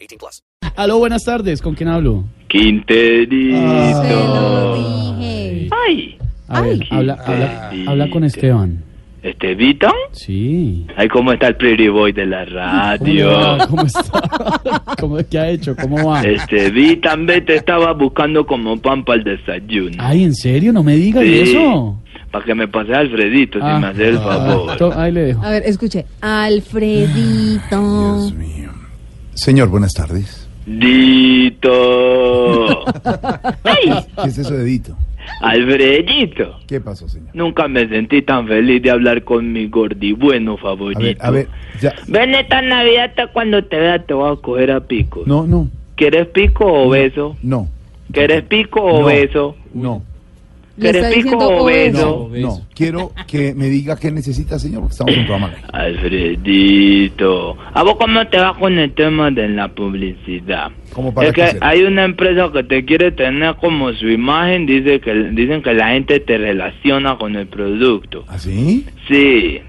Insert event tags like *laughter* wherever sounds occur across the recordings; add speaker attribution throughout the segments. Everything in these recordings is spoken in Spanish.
Speaker 1: 18 plus.
Speaker 2: Aló, buenas tardes, ¿con quién hablo?
Speaker 3: Quinterito.
Speaker 4: Te lo dije.
Speaker 2: Ah.
Speaker 3: Ay,
Speaker 2: A ver, habla, habla, habla con Esteban.
Speaker 3: ¿Estevita?
Speaker 2: Sí.
Speaker 3: este, Ay, ¿cómo está el pretty boy de la
Speaker 2: ¿Cómo le va? *laughs*
Speaker 3: radio?
Speaker 2: ¿Cómo está? ¿Cómo, ¿Qué ha hecho? ¿Cómo va?
Speaker 3: Eh. Estevita, Este, ve, te estaba buscando como pan para el desayuno.
Speaker 2: Ay, ¿en serio? No me diga Ah, ¿y
Speaker 3: Sí.
Speaker 2: eso.
Speaker 3: Para que me pase a Alfredito, si me hace el
Speaker 2: ah, to-
Speaker 3: favor.
Speaker 2: ahí le dejo.
Speaker 4: A ver, escuche. Alfredito.
Speaker 5: Dios mío. Señor, buenas tardes.
Speaker 2: *laughs*
Speaker 3: Dito. Ay,
Speaker 5: ¿Qué es eso de Dito?
Speaker 3: Alfredito.
Speaker 5: ¿Qué pasó, señor?
Speaker 3: Nunca me sentí tan feliz de hablar con mi gordibueno
Speaker 5: A ver,
Speaker 3: favorito.
Speaker 5: a ver, ya.
Speaker 3: Ven esta Navidad te- cuando te vea te voy a coger a pico.
Speaker 5: No, no,
Speaker 3: ¿Quieres pico o beso?
Speaker 5: no.
Speaker 3: ¿Quieres pico o
Speaker 5: No,
Speaker 3: beso?
Speaker 5: No,
Speaker 4: Le está
Speaker 3: ¿Eres pico
Speaker 4: diciendo
Speaker 3: o
Speaker 4: obeso.
Speaker 3: beso?
Speaker 5: no, no. Quiero que me diga qué necesita, señor, porque estamos en programa. ley.
Speaker 3: Alfredito, ¿a vos cómo te va con el tema de la publicidad?
Speaker 5: ¿Cómo para
Speaker 3: es
Speaker 5: qué
Speaker 3: que
Speaker 5: será?
Speaker 3: hay una empresa que te quiere tener como su imagen, dice que dicen que la gente te relaciona con el producto.
Speaker 5: ¿Ah, sí?
Speaker 3: Sí,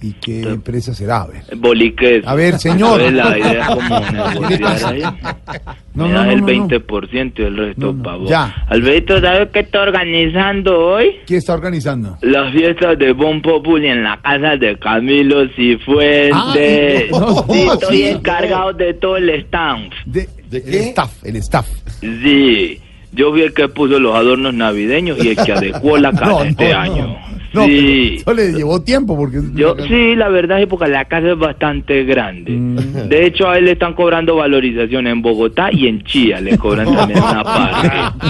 Speaker 5: ¿Y qué empresa será? A ver.
Speaker 3: boliqueso.
Speaker 5: A ver, señor.
Speaker 3: ¿Sabes la
Speaker 5: *laughs*
Speaker 3: idea como negociar ahí?
Speaker 5: No,
Speaker 3: Me
Speaker 5: no,
Speaker 3: das
Speaker 5: no,
Speaker 3: el
Speaker 5: no, no.
Speaker 3: 20% y el resto
Speaker 5: No, no,
Speaker 3: pa' vos.
Speaker 5: ya.
Speaker 3: Alfredito, ¿sabes qué está organizando hoy?
Speaker 5: ¿Qué está organizando?
Speaker 3: Las fiestas de Bon Populi en la casa de Camilo Cifuentes.
Speaker 5: Ah, no,
Speaker 3: sí,
Speaker 5: no,
Speaker 3: estoy
Speaker 5: sí.
Speaker 3: encargado de todo el stand.
Speaker 5: De, El staff, el staff.
Speaker 3: Sí, yo fui el que puso los adornos navideños y el que adecuó
Speaker 5: *laughs*
Speaker 3: la casa este año.
Speaker 5: No,
Speaker 3: sí.
Speaker 5: pero eso le llevó tiempo porque.
Speaker 3: Yo, sí, la verdad es porque la casa es bastante grande.
Speaker 5: Mm.
Speaker 3: De hecho, a él le están cobrando valorización en Bogotá y en Chía, le cobran también una parte.
Speaker 5: *laughs*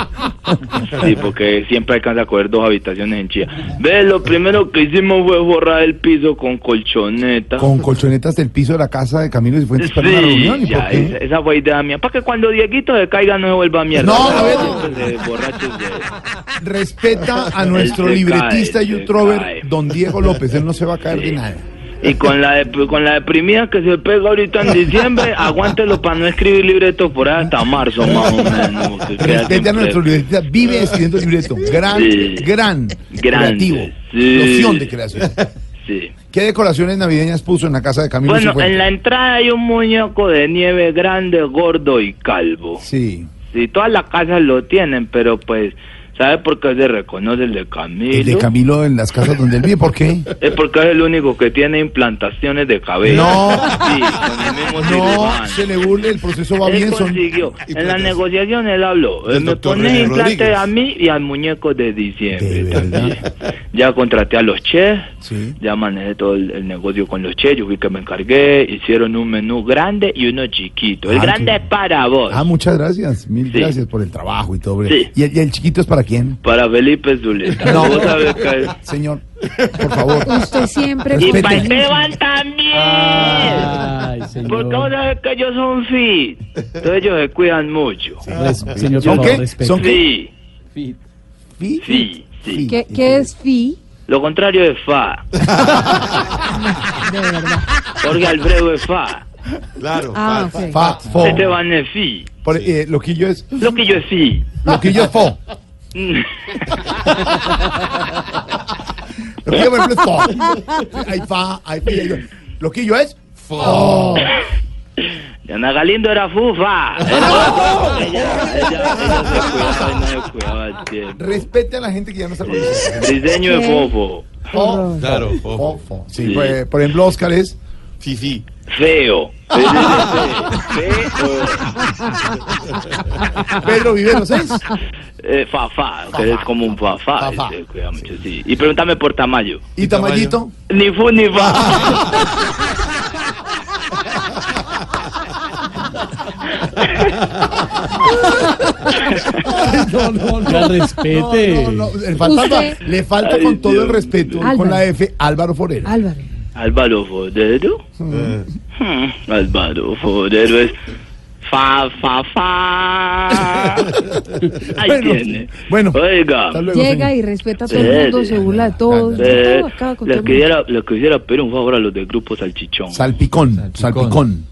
Speaker 3: Sí, porque siempre alcanza a coger dos habitaciones en Chía. Ve, lo primero que hicimos fue borrar el piso con colchoneta.
Speaker 5: Con colchonetas del piso de la casa de Camilo Cifuentes para una reunión. ¿Y
Speaker 3: ya,
Speaker 5: por qué?
Speaker 3: esa, esa fue idea mía. Para que cuando Dieguito se caiga no se vuelva mierda.
Speaker 5: No, a ver.
Speaker 3: Siempre se borracha y se- *laughs*
Speaker 5: Respeta a nuestro
Speaker 3: Él se
Speaker 5: libretista
Speaker 3: cae,
Speaker 5: y
Speaker 3: se
Speaker 5: youtuber,
Speaker 3: cae.
Speaker 5: don Diego López. Él no se va a caer de nada.
Speaker 3: Y con la, dep- con la deprimida que se pega ahorita en
Speaker 5: *laughs*
Speaker 3: diciembre, aguántelo para no escribir libretos por ahí hasta marzo, más o menos.
Speaker 5: *laughs*
Speaker 3: que queda
Speaker 5: Respeta a
Speaker 3: siempre-
Speaker 5: nuestro libretista. Vive escribiendo libreto. Gran,
Speaker 3: Sí.
Speaker 5: gran,
Speaker 3: Grande,
Speaker 5: creativo.
Speaker 3: sí.
Speaker 5: Loción de creación.
Speaker 3: Sí.
Speaker 5: ¿Qué decoraciones navideñas puso en la casa de Camilo
Speaker 3: Bueno,
Speaker 5: Cifuentes?
Speaker 3: en la entrada hay un muñeco de nieve grande, gordo y calvo.
Speaker 5: Sí.
Speaker 3: Sí, todas las casas lo tienen, pero pues, ¿sabe por qué se reconoce el de Camilo?
Speaker 5: El de Camilo en las casas donde él vive. ¿Por qué?
Speaker 3: Es porque es el único que tiene implantaciones de cabello.
Speaker 5: No.
Speaker 3: Pues, Sí, con el mismo
Speaker 5: No,
Speaker 3: cirujano.
Speaker 5: se le burle, el proceso va
Speaker 3: Él
Speaker 5: bien. Son... *laughs*
Speaker 3: consiguió. En
Speaker 5: pues,
Speaker 3: las negociaciones habló. eh, Me pone implante a mí y al muñeco de diciembre.
Speaker 5: De verdad.
Speaker 3: Ya contraté a los chefs.
Speaker 5: Sí.
Speaker 3: Ya manejé todo el, el negocio con los chefs, yo vi que me encargué, hicieron un menú grande y uno chiquito. El
Speaker 5: Ah,
Speaker 3: grande
Speaker 5: qué-
Speaker 3: es para vos,
Speaker 5: Ah, muchas gracias. Mil
Speaker 3: Sí.
Speaker 5: gracias por el trabajo y todo. hombre.
Speaker 3: Sí.
Speaker 5: ¿Y, el, y el chiquito es para quién?
Speaker 3: para Felipe Zuleta.
Speaker 5: No.
Speaker 3: Vos sabés que-
Speaker 5: *laughs* Señor, por
Speaker 4: *laughs*
Speaker 5: favor.
Speaker 4: Usted siempre
Speaker 3: Y
Speaker 5: Respete. Ah,
Speaker 3: para
Speaker 4: con-
Speaker 3: Esteban también.
Speaker 2: Ay,
Speaker 3: Porque vos
Speaker 2: señor.
Speaker 3: sabés que ellos son fit. Entonces ellos se cuidan mucho.
Speaker 2: Res- señor, por
Speaker 5: ¿Son
Speaker 2: favor,
Speaker 5: qué?
Speaker 2: respete.
Speaker 5: ¿Son qué?
Speaker 3: Sí,
Speaker 5: Fi-
Speaker 3: sí, sí.
Speaker 5: fi-
Speaker 4: ¿Qué, qué es fi?
Speaker 3: Lo contrario es fa. Porque Alfredo es fa.
Speaker 4: Ah, ok.
Speaker 5: Fa, fo.
Speaker 3: Esteban es fi.
Speaker 5: Por- eh, loquillo es.
Speaker 3: Lo que yo es fi.
Speaker 5: Loquillo
Speaker 3: *laughs*
Speaker 5: es fo. Loquillo, por ejemplo, es fo. Hay fa, hay fi, hay- Loquillo es. Fo.
Speaker 3: Ana Galindo era fufa. Era- ella, ella- ella se cuidaba y no se cuidaba al tiempo.
Speaker 5: Respete a la gente que ya no está con nosotros.
Speaker 3: Diseño de fofo.
Speaker 5: Fo,
Speaker 6: Claro,
Speaker 5: fo, fo. Sí,
Speaker 3: Sí.
Speaker 5: pues, por ejemplo, Oscar es.
Speaker 6: Fifi.
Speaker 3: Feo. Feo.
Speaker 5: Pedro Viveros es.
Speaker 3: Eh, fafá, que es como un fafá.
Speaker 5: Fafá.
Speaker 3: se cuida mucho, sí. Y pregúntame por tamaño.
Speaker 5: Y Tamayito.
Speaker 3: Ni fu ni *laughs* fa.
Speaker 2: No, no, no. Ya respete.
Speaker 5: No, no, el fantasma.
Speaker 4: Usted.
Speaker 5: Le falta
Speaker 3: Ay,
Speaker 5: con todo
Speaker 3: Dios
Speaker 5: el respeto.
Speaker 4: mío.
Speaker 5: Con la
Speaker 4: Álvaro.
Speaker 5: F, Álvaro Forero.
Speaker 4: Álvaro.
Speaker 5: Eh.
Speaker 3: Álvaro Fodero. Hmm, Álvaro Fodero es fa, fa,
Speaker 5: *laughs*
Speaker 3: fa. Ahí
Speaker 5: Bueno,
Speaker 3: tiene.
Speaker 5: bueno.
Speaker 3: Oiga.
Speaker 5: Hasta luego,
Speaker 4: Llega
Speaker 5: señor.
Speaker 4: y respeta a todo el mundo, se burla de todos.
Speaker 3: Eh,
Speaker 4: todo acaba con todo
Speaker 3: les,
Speaker 4: el mundo.
Speaker 3: quisiera, les quisiera pedir un favor a los del grupo Salchichón.
Speaker 5: Salpicón, salpicón.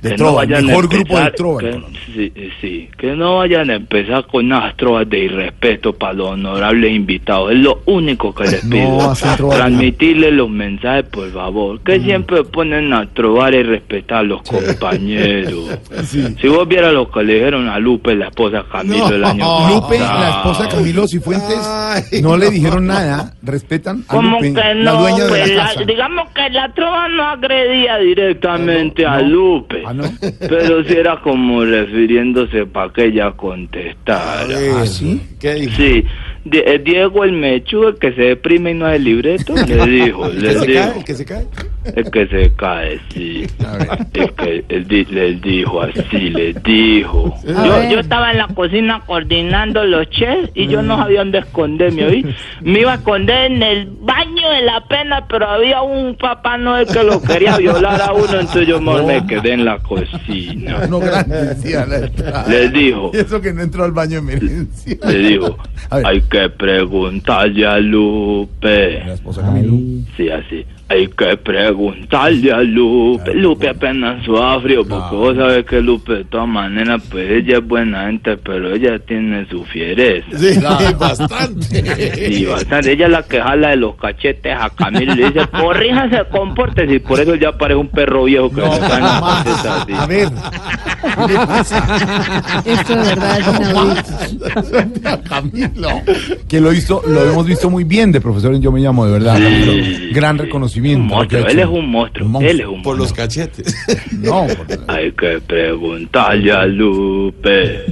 Speaker 5: De
Speaker 3: que
Speaker 5: Trova,
Speaker 3: vayan a
Speaker 5: mejor grupo de
Speaker 3: empezar-
Speaker 5: Trova.
Speaker 3: que- sí, sí, que no vayan a empezar con unas trovas de irrespeto para los honorables invitados. Es lo único que les
Speaker 5: No
Speaker 3: pido.
Speaker 5: hacen trovas.
Speaker 3: Transmitirles los mensajes, por favor. Que siempre ponen a trobar y respetar a los compañeros.
Speaker 5: *laughs* Sí.
Speaker 3: Si vos vieras lo que le dijeron a Lupe, la esposa de Camilo, el año pasado.
Speaker 5: Lupe, la esposa de Camilo Cifuentes,
Speaker 6: Ay,
Speaker 5: no, le dijeron nada. Respetan a
Speaker 3: Como
Speaker 5: Lupe,
Speaker 3: que
Speaker 5: la
Speaker 3: no,
Speaker 5: dueña de
Speaker 3: pues,
Speaker 5: la
Speaker 3: la-
Speaker 5: casa.
Speaker 3: digamos que la trova no agredía directamente a Lupe,
Speaker 5: Ah, ¿no?
Speaker 3: pero si era como refiriéndose para que ella contestara.
Speaker 5: ¿Ah, sí?
Speaker 6: ¿Qué dijo?
Speaker 3: Sí, Die- eh, Diego el Mechu, el que se deprime y no es el
Speaker 6: *laughs*
Speaker 3: libreto, le dijo,
Speaker 6: ¿El que
Speaker 3: le
Speaker 6: se cae?
Speaker 3: dijo,
Speaker 6: ¿El que se cae?
Speaker 3: el que se cae, sí.
Speaker 5: A ver.
Speaker 3: El que él di- les dijo así, les dijo.
Speaker 4: A
Speaker 3: Yo,
Speaker 4: ver.
Speaker 3: yo estaba en la cocina coordinando los chefs y yo no sabía dónde esconderme, ¿oí? Me iba a esconder en el baño de la pena, pero había un papá noel que lo quería violar a uno, entonces yo mejor me quedé en la cocina.
Speaker 5: Uno grande, sí, a la
Speaker 3: *laughs*
Speaker 5: entrada.
Speaker 3: Les dijo.
Speaker 5: Y eso que no entró al baño de
Speaker 3: *laughs*
Speaker 5: emergencia.
Speaker 3: Le dijo,
Speaker 5: A ver.
Speaker 3: hay que preguntarle a Lupe.
Speaker 5: La esposa de Camilo.
Speaker 3: Sí, así. Hay que preguntarle a Lupe. Lupe apenas sufre, porque vos sabés que Lupe de todas maneras, pues ella es buena gente, pero ella tiene su fiereza.
Speaker 6: Sí, bastante.
Speaker 3: Y bastante, ella es la que jala de los cachetes a Camilo y le dice, corríjase, compórtese, y por eso ya parece un perro viejo que
Speaker 5: No,
Speaker 3: se está en la maceta, así.
Speaker 5: a ver. ¿Qué le pasa?
Speaker 4: Esto de verdad
Speaker 5: *laughs*
Speaker 4: es inaudito.
Speaker 5: A Camilo. Que lo hizo, lo hemos visto muy bien de profesor en Yo Me Llamo, de verdad, Camilo. Gran reconocimiento.
Speaker 3: Un monstruo,
Speaker 5: lo que ha
Speaker 3: él es
Speaker 5: hecho.
Speaker 3: un monstruo,
Speaker 5: Monstruo.
Speaker 3: él es un
Speaker 6: Por los
Speaker 3: monstruo.
Speaker 6: cachetes.
Speaker 3: *laughs*
Speaker 5: No, por-
Speaker 3: Hay que preguntarle a Lupe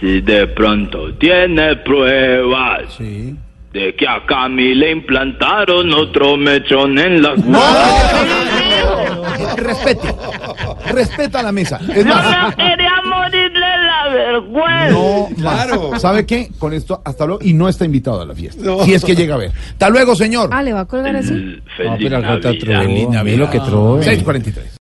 Speaker 3: si de pronto tiene pruebas.
Speaker 5: sí.
Speaker 3: De que a Camila implantaron otro mechón en la guardia.
Speaker 5: Respete. Respeta la mesa. Es
Speaker 3: Yo
Speaker 5: más,
Speaker 3: no quería morirle la vergüenza.
Speaker 5: No,
Speaker 6: Claro.
Speaker 5: claro. ¿Sabe qué? Con esto hasta luego y no está invitado a la fiesta.
Speaker 6: No.
Speaker 5: Si es que llega a ver. Hasta luego, señor.
Speaker 4: Ah, ¿le va a colgar así?
Speaker 3: Feliz Navidad.
Speaker 2: Ve lo que trove.
Speaker 5: 6:43.